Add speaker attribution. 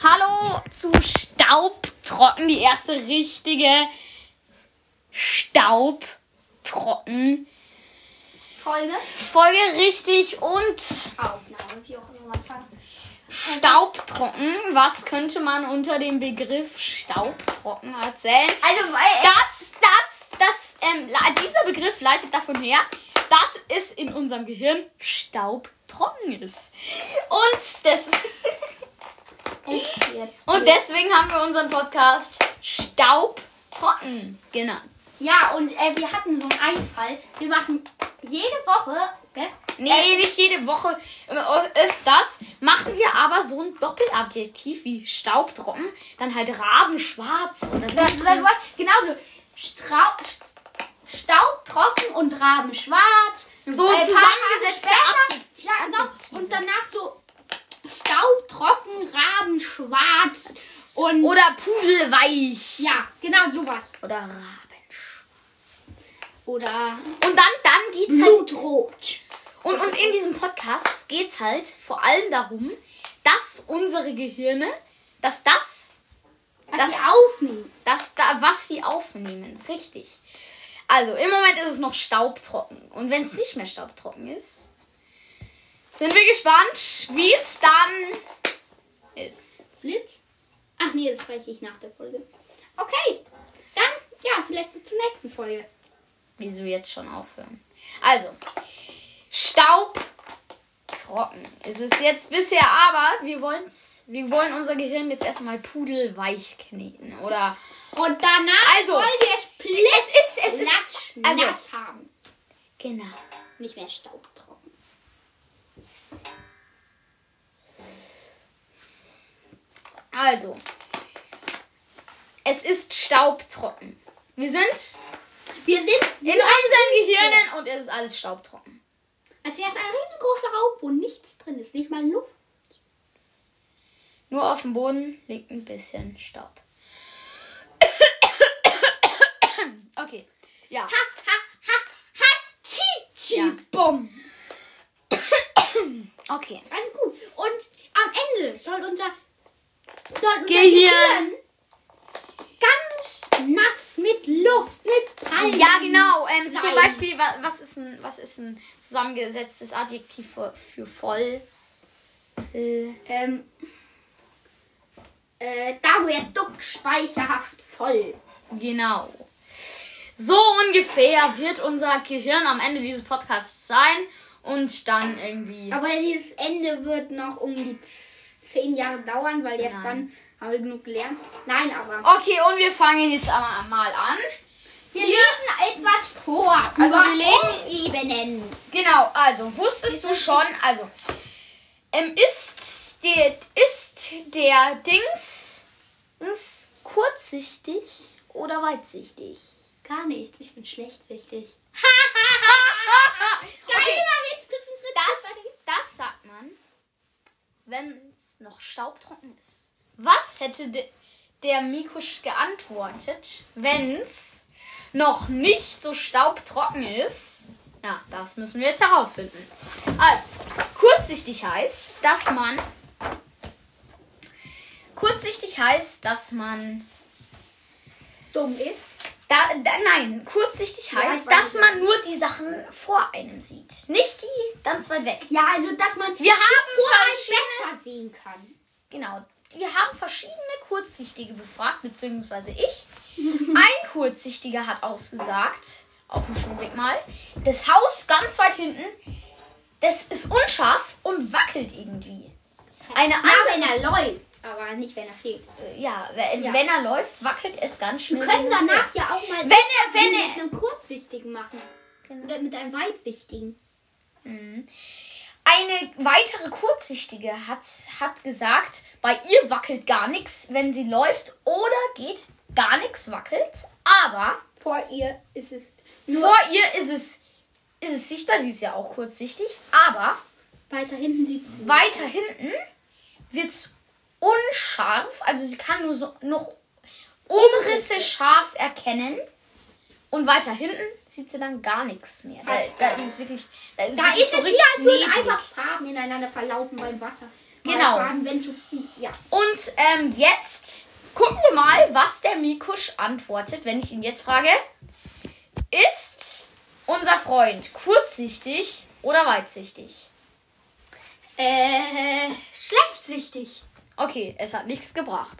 Speaker 1: Kakao zu Staubtrocken. Die erste richtige Staubtrocken.
Speaker 2: Folge,
Speaker 1: Folge richtig und
Speaker 2: Aufnahme, wie auch immer man sagt.
Speaker 1: Staubtrocken. Was könnte man unter dem Begriff Staubtrocken erzählen?
Speaker 2: Also, weil.
Speaker 1: Das, das, das, ähm, le- dieser Begriff leitet davon her, dass es in unserem Gehirn staubtrocken ist. Und, des,
Speaker 2: Und jetzt.
Speaker 1: und deswegen haben wir unseren Podcast Staubtrocken genannt.
Speaker 2: Ja, und äh, wir hatten so einen Einfall. Wir machen jede Woche, gell?
Speaker 1: Nee, Äh, nicht jede Woche, immer ö- öfters machen wir aber so ein Doppeladjektiv wie staubtrocken, dann halt rabenschwarz oder
Speaker 2: Äh, dann wollt- genau so. Strau St- Staubtrocken und Raben schwarz.
Speaker 1: So
Speaker 2: Ein paar
Speaker 1: zusammengesetzte
Speaker 2: Tage später-
Speaker 1: Adjektive.
Speaker 2: Ja, genau. Und danach so Staubtrocken, Raben schwarz. Und.
Speaker 1: oder pudelweich
Speaker 2: Ja, genau sowas.
Speaker 1: oder rabenschwarz.
Speaker 2: Oder
Speaker 1: Und dann, dann geht's halt
Speaker 2: Blutrot.
Speaker 1: Und, und in diesem Podcast geht's halt vor allem darum, dass unsere Gehirne, dass das,
Speaker 2: Was
Speaker 1: Das-
Speaker 2: das wir aufnehmen.
Speaker 1: dass da, was sie aufnehmen, richtig. Also im Moment ist es noch staubtrocken. Und wenn es nicht mehr staubtrocken ist, sind wir gespannt, wie es dann ist.
Speaker 2: Blitz? Ach nee, das spreche ich nach der Folge. Okay, dann ja, vielleicht bis zur nächsten Folge.
Speaker 1: Wieso jetzt schon aufhören? Also, staubtrocken ist es jetzt bisher, aber wir, wollen's, wir wollen unser Gehirn jetzt erstmal pudelweich kneten. Oder
Speaker 2: Und danach
Speaker 1: Also,
Speaker 2: wollen wir es
Speaker 1: Es
Speaker 2: blitznass
Speaker 1: ist, es ist,
Speaker 2: also,
Speaker 1: also,
Speaker 2: nass haben.
Speaker 1: genau.
Speaker 2: Nicht mehr staubtrocken.
Speaker 1: Also, es ist staubtrocken. Wir sind
Speaker 2: Wir sind
Speaker 1: in unseren Gehirnen und es ist alles staubtrocken.
Speaker 2: als wäre es Also, ein riesengroßer Raum, wo nichts drin ist, nicht mal Luft.
Speaker 1: Nur auf dem Boden liegt ein bisschen Staub. Okay, ja.
Speaker 2: Ha, ha, ha, ha, tschi,
Speaker 1: Ja.
Speaker 2: bumm.
Speaker 1: Okay.
Speaker 2: Also gut. Und am Ende soll unser, soll unser
Speaker 1: Gehirn.
Speaker 2: Gehirn ganz nass mit Luft, mit Palmen.
Speaker 1: Ja, genau. Ähm, zum
Speaker 2: Sein.
Speaker 1: Beispiel, wa- was ist ein, was ist ein zusammengesetztes Adjektiv für, für voll? Äh,
Speaker 2: Ähm, äh, da wo er duckt, speicherhaft voll.
Speaker 1: Genau. So ungefähr wird unser Gehirn am Ende dieses Podcasts sein und dann irgendwie.
Speaker 2: Aber dieses Ende wird noch um die z- zehn Jahre dauern, weil erst
Speaker 1: Nein.
Speaker 2: dann haben wir genug gelernt. Nein, aber
Speaker 1: Okay, und wir fangen jetzt einmal mal an.
Speaker 2: wir lesen etwas vor.
Speaker 1: Oh, Also wir
Speaker 2: Ebenen.
Speaker 1: Genau, also wusstest du schon, also ähm, ist der ist der Dings ins kurzsichtig oder weitsichtig?
Speaker 2: Gar nicht, ich bin schlechtsichtig.
Speaker 1: Okay.
Speaker 2: Witz, Griff ins Ritt,
Speaker 1: Das,
Speaker 2: weiter geht's.
Speaker 1: das sagt man, wenn es noch staubtrocken ist. Was hätte de, der Mikusch geantwortet, wenn es noch nicht so staubtrocken ist? Ja, das müssen wir jetzt herausfinden. Also, kurzsichtig heißt, dass man. Kurzsichtig heißt, dass man
Speaker 2: Dumm ist.
Speaker 1: da, da, nein, kurzsichtig
Speaker 2: Ja,
Speaker 1: heißt,
Speaker 2: ich weiß
Speaker 1: dass
Speaker 2: es.
Speaker 1: man nur die Sachen vor einem sieht. Nicht die ganz weit weg.
Speaker 2: Ja, also dass man
Speaker 1: Wir haben
Speaker 2: vor allem
Speaker 1: verschiedene-
Speaker 2: besser sehen kann.
Speaker 1: Genau. Wir haben verschiedene Kurzsichtige befragt, beziehungsweise ich. Ein Kurzsichtiger hat ausgesagt, auf dem Schulweg mal, das Haus ganz weit hinten, das ist unscharf und wackelt irgendwie. Eine
Speaker 2: Ja,
Speaker 1: andere,
Speaker 2: wenn er läuft, aber nicht wenn er steht.
Speaker 1: ja, wenn,
Speaker 2: Ja.
Speaker 1: wenn er läuft, wackelt es ganz
Speaker 2: Wir
Speaker 1: schnell.
Speaker 2: können
Speaker 1: hin und her.
Speaker 2: danach ja auch mal
Speaker 1: Wenn er- wenn
Speaker 2: mit
Speaker 1: er-
Speaker 2: einem kurzsichtigen machen oder mit einem weitsichtigen.
Speaker 1: Eine weitere Kurzsichtige hat, hat gesagt, bei ihr wackelt gar nichts, wenn sie läuft oder geht, gar nichts wackelt. Aber
Speaker 2: Vor ihr ist es nur
Speaker 1: vor ihr ist es, ist es sichtbar, sie ist ja auch kurzsichtig, aber
Speaker 2: weiter hinten sieht sie.
Speaker 1: weiter hinten wird es unscharf, also sie kann nur so noch Umrisse scharf erkennen. Und weiter hinten sieht sie dann gar nichts mehr. Da, da ist es wirklich. Da ist,
Speaker 2: Da
Speaker 1: wirklich
Speaker 2: ist
Speaker 1: so
Speaker 2: es
Speaker 1: richtig
Speaker 2: wieder, als würden
Speaker 1: neblig.
Speaker 2: einfach Farben ineinander verlaufen beim Wasser.
Speaker 1: Genau.
Speaker 2: Fragen, wenn zu viel. Ja.
Speaker 1: Und ähm, jetzt gucken wir mal, was der Mikusch antwortet, wenn ich ihn jetzt frage. Ist unser Freund kurzsichtig oder weitsichtig?
Speaker 2: Äh, schlechtsichtig.
Speaker 1: Okay, es hat nichts gebracht.